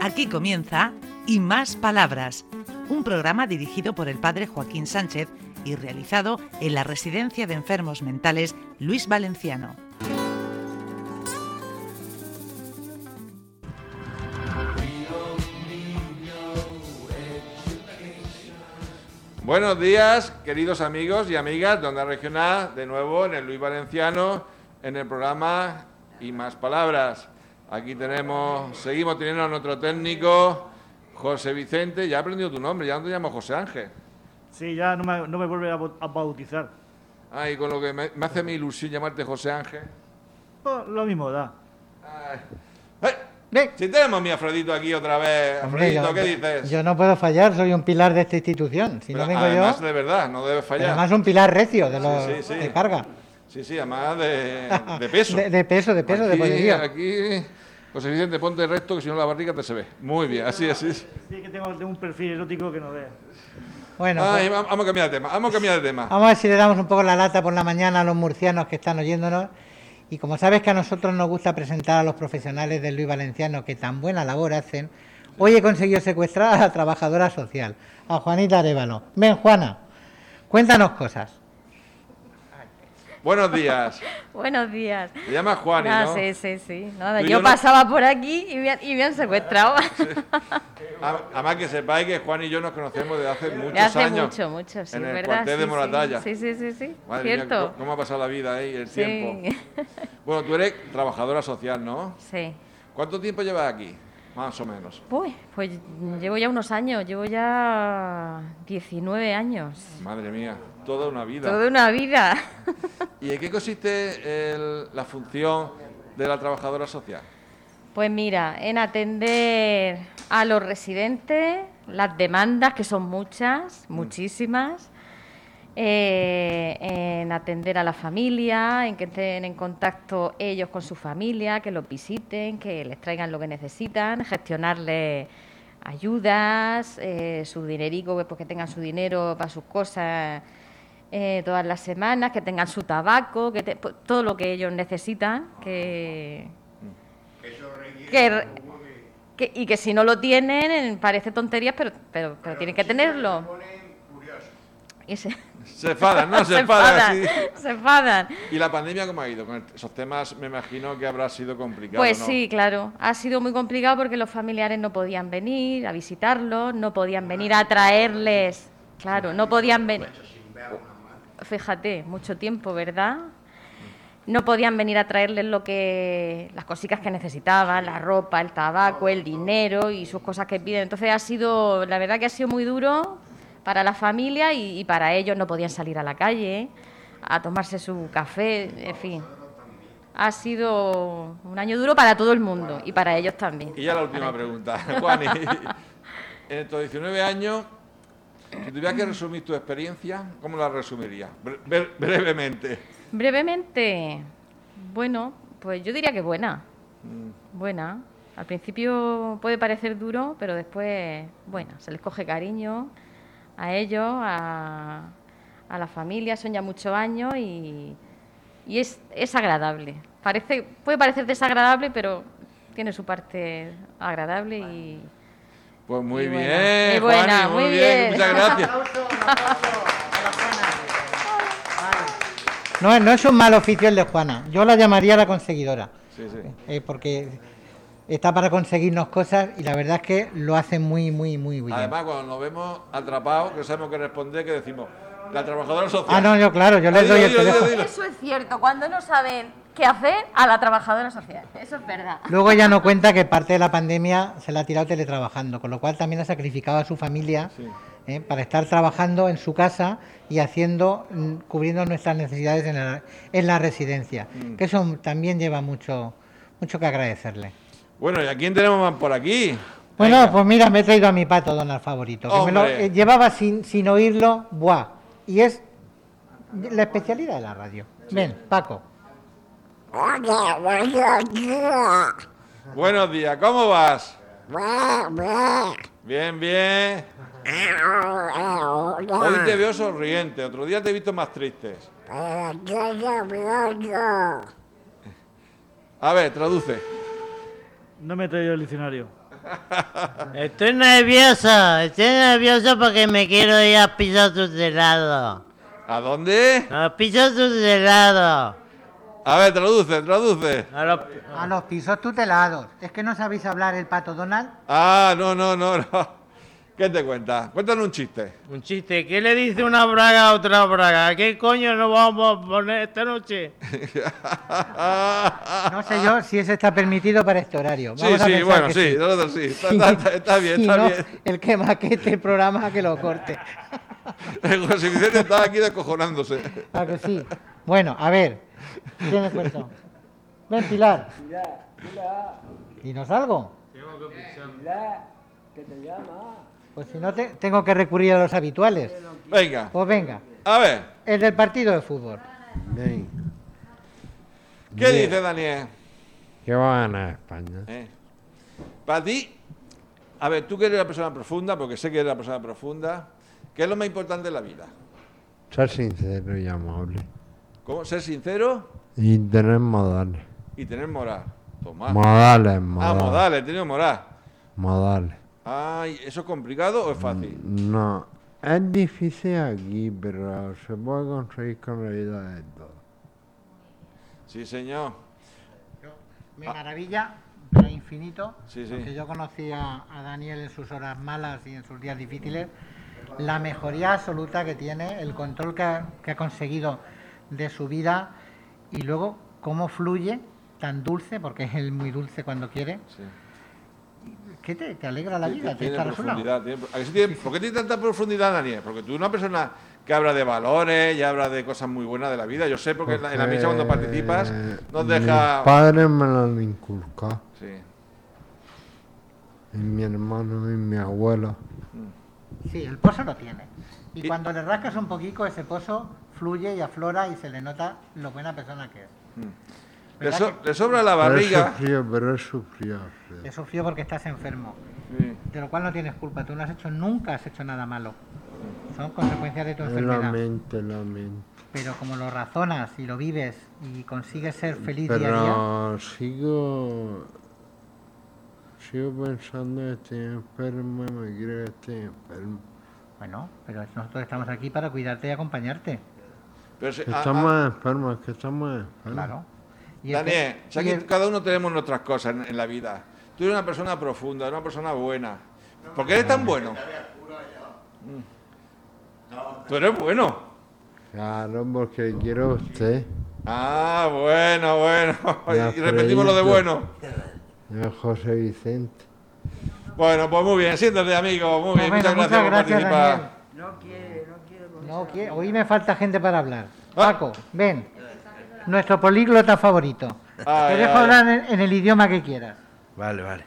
Aquí comienza Y Más Palabras, un programa dirigido por el padre Joaquín Sánchez y realizado en la Residencia de Enfermos Mentales Luis Valenciano. Buenos días, queridos amigos y amigas de Onda Regional, de nuevo en el Luis Valenciano, en el programa Y Más Palabras. Aquí tenemos, seguimos teniendo a nuestro técnico, José Vicente. Ya he aprendido tu nombre, ya no te llamo José Ángel. Sí, ya no me, no me vuelve a, bau- a bautizar. Ay, con lo que me, me hace mi ilusión llamarte José Ángel. Pues lo mismo da. Ay. ¡Ay! ¡Eh! Si tenemos a mi Afrodito aquí otra vez. Hombre, Afrodito, ¿qué dices? yo no puedo fallar, soy un pilar de esta institución. Si Pero no vengo además, yo, de verdad, no debes pero fallar. además un pilar recio de, los, sí, sí. de carga. Sí, sí, además de, de peso. De, de peso, de peso, de Aquí- poderío. Aquí, José Vicente, ponte recto, que si no la barriga te se ve. Muy bien, así, así. es. Sí que tengo, tengo un perfil erótico que no vea. Bueno, pues, Ah. Ay, vamos a cambiar de tema, vamos a cambiar de tema. vamos a ver si le damos un poco la lata por la mañana a los murcianos que están oyéndonos. Y como sabes que a nosotros nos gusta presentar a los profesionales del Luis Valenciano que tan buena labor hacen, hoy he conseguido secuestrar a la trabajadora social, a Juanita Arevalo. Ven, Juana, cuéntanos cosas. Buenos días. Buenos días. Te llamas Juani, Nada, ¿no? Sí, sí, sí. Nada, Tú y yo yo no- pasaba por aquí y me, han- y me han secuestrado. A- Además que sepáis que Juan y yo nos conocemos desde hace muchos De hace años. mucho, mucho, sí, en el ¿verdad? cuartel Sí, de sí. Moratalla. Sí, sí, sí, sí. Madre mía, Cierto. cómo- cómo ha pasado la vida ahí, el tiempo. sí. Bueno, tú eres trabajadora social, ¿no? sí. ¿Cuánto tiempo llevas aquí? Más o menos. Pues, pues llevo ya unos años, llevo ya 19 años. Madre mía, toda una vida. Toda una vida. ¿Y en qué consiste el- la función de la trabajadora social? Pues mira, en atender a los residentes, las demandas, que son muchas, muchísimas, eh, en atender a la familia, en que estén en contacto ellos con su familia, que los visiten, que les traigan lo que necesitan, gestionarles ayudas, eh, su dinerico, pues que tengan su dinero para sus cosas eh, todas las semanas, que tengan su tabaco, que te- pues, todo lo que ellos necesitan, que, que re- que- y que si no lo tienen, en- parece tonterías, pero, pero, pero tienen que tenerlo. Y se, Se enfadan, ¿no? Se, enfadan. enfadan, sí. se enfadan. ¿Y la pandemia cómo ha ido? Con el- esos temas me imagino que habrá sido complicado. Pues ¿no? sí, claro. Ha sido muy complicado porque los familiares no podían venir a visitarlos, no podían venir a traerles. Claro, no podían venir. Fíjate, mucho tiempo, ¿verdad? No podían venir a traerles lo que las cositas que necesitaban, la ropa, el tabaco, el dinero y sus cosas que piden. Entonces ha sido, la verdad que ha sido muy duro para la familia y, y para ellos no podían salir a la calle a tomarse su café, en fin. Ha sido un año duro para todo el mundo y para ellos también. Y ya la última pregunta, Juani. en estos 19 años, si tuvieras que resumir tu experiencia, ¿cómo la resumirías? Bre- bre- brevemente. Brevemente, bueno, pues yo diría que buena. Buena. Al principio puede parecer duro, pero después, bueno, se les coge cariño a ellos, a, a la familia, son ya muchos años y, y es, es agradable. Parece, puede parecer desagradable, pero tiene su parte agradable y Pues muy Y bien, buena, y buena, Juani, muy muy bien. bien. muchas gracias. No, no es un mal oficio el de Juana, yo la llamaría la conseguidora. Sí, sí. Eh, porque está para conseguirnos cosas y la verdad es que lo hace muy, muy, muy bien. Además, cuando nos vemos atrapados, que no sabemos qué responder, que decimos, la trabajadora social. ah, no, yo claro, yo Ah, les dilo, doy el dilo, dilo, teléfono. dilo. Eso es cierto, cuando no saben qué hacer a la trabajadora social. Eso es verdad. Luego ya no cuenta que parte de la pandemia se la ha tirado teletrabajando, con lo cual también ha sacrificado a su familia Sí. eh, para estar trabajando en su casa y haciendo, mm, cubriendo nuestras necesidades en la, en la residencia. Que eso también lleva mucho, mucho que agradecerle. Bueno, ¿y a quién tenemos más por aquí? Bueno, Venga. pues mira, me he traído a mi pato Donald favorito. Que me lo, Hombre. eh, llevaba sin, sin oírlo, buah. Y es la especialidad de la radio. Ven, Paco. Buenos días, ¿cómo vas? Bien, bien. Hoy te veo sonriente, otro día te he visto más triste. A ver, traduce. No me he traído el diccionario. Estoy nervioso, estoy nervioso porque me quiero ir a pisar tus helados. ¿A dónde? A pisar tus helados. A ver, traduce, traduce. A los- A los pisos tutelados. ¿Es que no sabéis hablar el pato Donald? Ah, no, no, no, no. ¿Qué te cuenta? Cuéntanos un chiste. Un chiste, ¿qué le dice una braga a otra braga? ¿Qué coño nos vamos a poner esta noche? No sé yo si eso está permitido para este horario. Sí, Vamos a sí, pensar bueno, que sí, nosotros sí. Está, está- está- está bien, Si está no, bien. El que maquete el programa que lo corte. El José Vicente está aquí descojonándose. Ah, que sí. Bueno, a ver. Tienes puesto. Ven, Pilar. Dinos algo. Pues si no, te- tengo que recurrir a los habituales. Venga, Pues venga, a ver, el del partido de fútbol. Bien. ¿qué Bien. dice Daniel? ¿Qué va a ganar España? Eh, Para ti, a ver, tú que eres una persona profunda, porque sé que eres una persona profunda, ¿qué es lo más importante en la vida? Ser sincero y amable. ¿Cómo? Ser sincero Y tener modales. y tener moral. Tomás. Modales, Ah, modales. modales, he tenido moral. Modales. Ay, ¿eso es complicado o es fácil? Mm. No. Es difícil aquí, pero se puede conseguir con la ayuda de todo. Sí, señor. Me maravilla, pero infinito, Ah. Sí, sí. porque yo conocí a, a Daniel en sus horas malas y en sus días difíciles, la mejoría absoluta que tiene, el control que ha, que ha conseguido de su vida y luego cómo fluye tan dulce, porque es él muy dulce cuando quiere, Sí. que te, te alegra la vida, te Tiene está a su lado. profundidad. tiene- ¿a que sí tiene- ¿Por qué tiene tanta profundidad, Daniel? Porque tú eres una persona que habla de valores y habla de cosas muy buenas de la vida. Yo sé porque en la, en la misa cuando participas nos Eh, deja... Mis padres me lo han inculcado. Sí. Y mi hermano y mi abuelo. Sí, el pozo lo tiene. Y, Y- cuando le rascas un poquito, ese pozo fluye y aflora y se le nota lo buena persona que es. Le, ¿Verdad so- que le sobra la Pero he barriga. sufrido, pero he sufrido. Alfredo. Te sufrió porque estás enfermo. Sí. de lo cual no tienes culpa. Tú no has hecho, nunca has hecho nada malo. Son consecuencias de tu Es la enfermedad. mente, la mente. Pero como lo razonas y lo vives y consigues ser feliz día a día, Pero sigo. Sigo pensando que estoy enfermo y me creo que estoy enfermo. bueno, pero nosotros estamos aquí para cuidarte y acompañarte. Pero se- Que a- a- estamos enfermos, que estamos enfermos. Claro. Y el que- Daniel, si aquí y el- cada uno tenemos nuestras cosas en, en la vida. Tú eres una persona profunda, una persona buena. ¿Por qué eres tan bueno? Mm. Tú eres bueno. Claro, porque quiero a usted. Ah, bueno, bueno. Ya, Y repetimos lo de Fredito. bueno. y a José Vicente. Bueno, pues muy bien. Siéntate, amigo. Muy bien. Bueno, Muchas gracias por Daniel. participar. No quiere, hoy me falta gente para hablar. Ah. Paco, ven. Nuestro políglota favorito. Ay, Te dejo ay, Ah. hablar en, en el idioma que quieras. Vale, vale.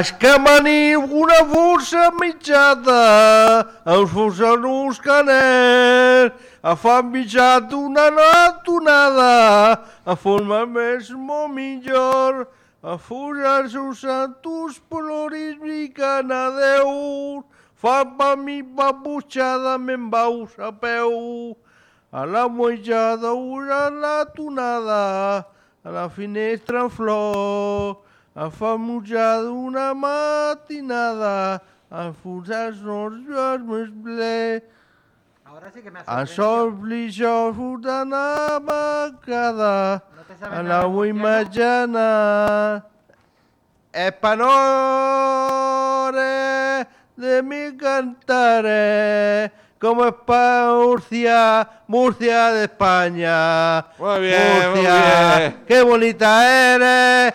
Es que veniu una força mitjada, els forçant uns caners, a fan mitjat una natonada, a formar més molt millor, a forjar-se uns santos poloris i canadeus, fan pa mi paputxada, me'n vaus a peu. A la mojada una latonada, a la finestra en flor, a fa mojada una matinada, a forçar-nos els meus ble, Ahora sí que me has a sol blixó furtant a becada, a la huimajana. Espanores de mi cantaré, como es pa' Murcia, Murcia de España. Muy bien, muy Murcia, bien. qué bonita eres,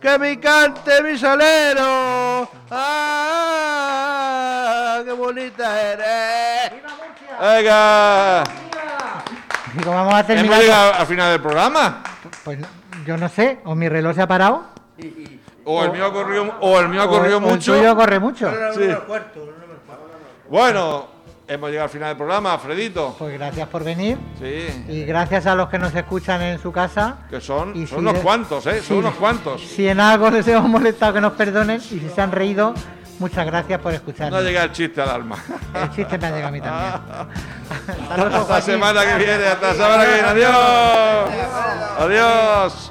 que me cante mi salero. ¡Ah, qué bonita eres! Venga. Digo, vamos a Hemos terminar. llegado al final del programa. Pues no, yo no sé, o mi reloj se ha parado. O el mío ha corrido, o el mío ha corrido o- o el mucho. tuyo corre mucho. Sí. Bueno, hemos llegado al final del programa, Fredito. Pues gracias por venir Sí, y gracias a los que nos escuchan en su casa. que son, Y son si unos de- cuantos, ¿eh? Son sí. unos cuantos. Si en algo les hemos molestado, que nos perdonen. Y si se han reído, muchas gracias por No escucharnos. llega el chiste al alma. El chiste me ha llegado a mí también. Hasta luego, Hasta la Joaquín. semana que viene, hasta la semana que viene. Adiós. Adiós.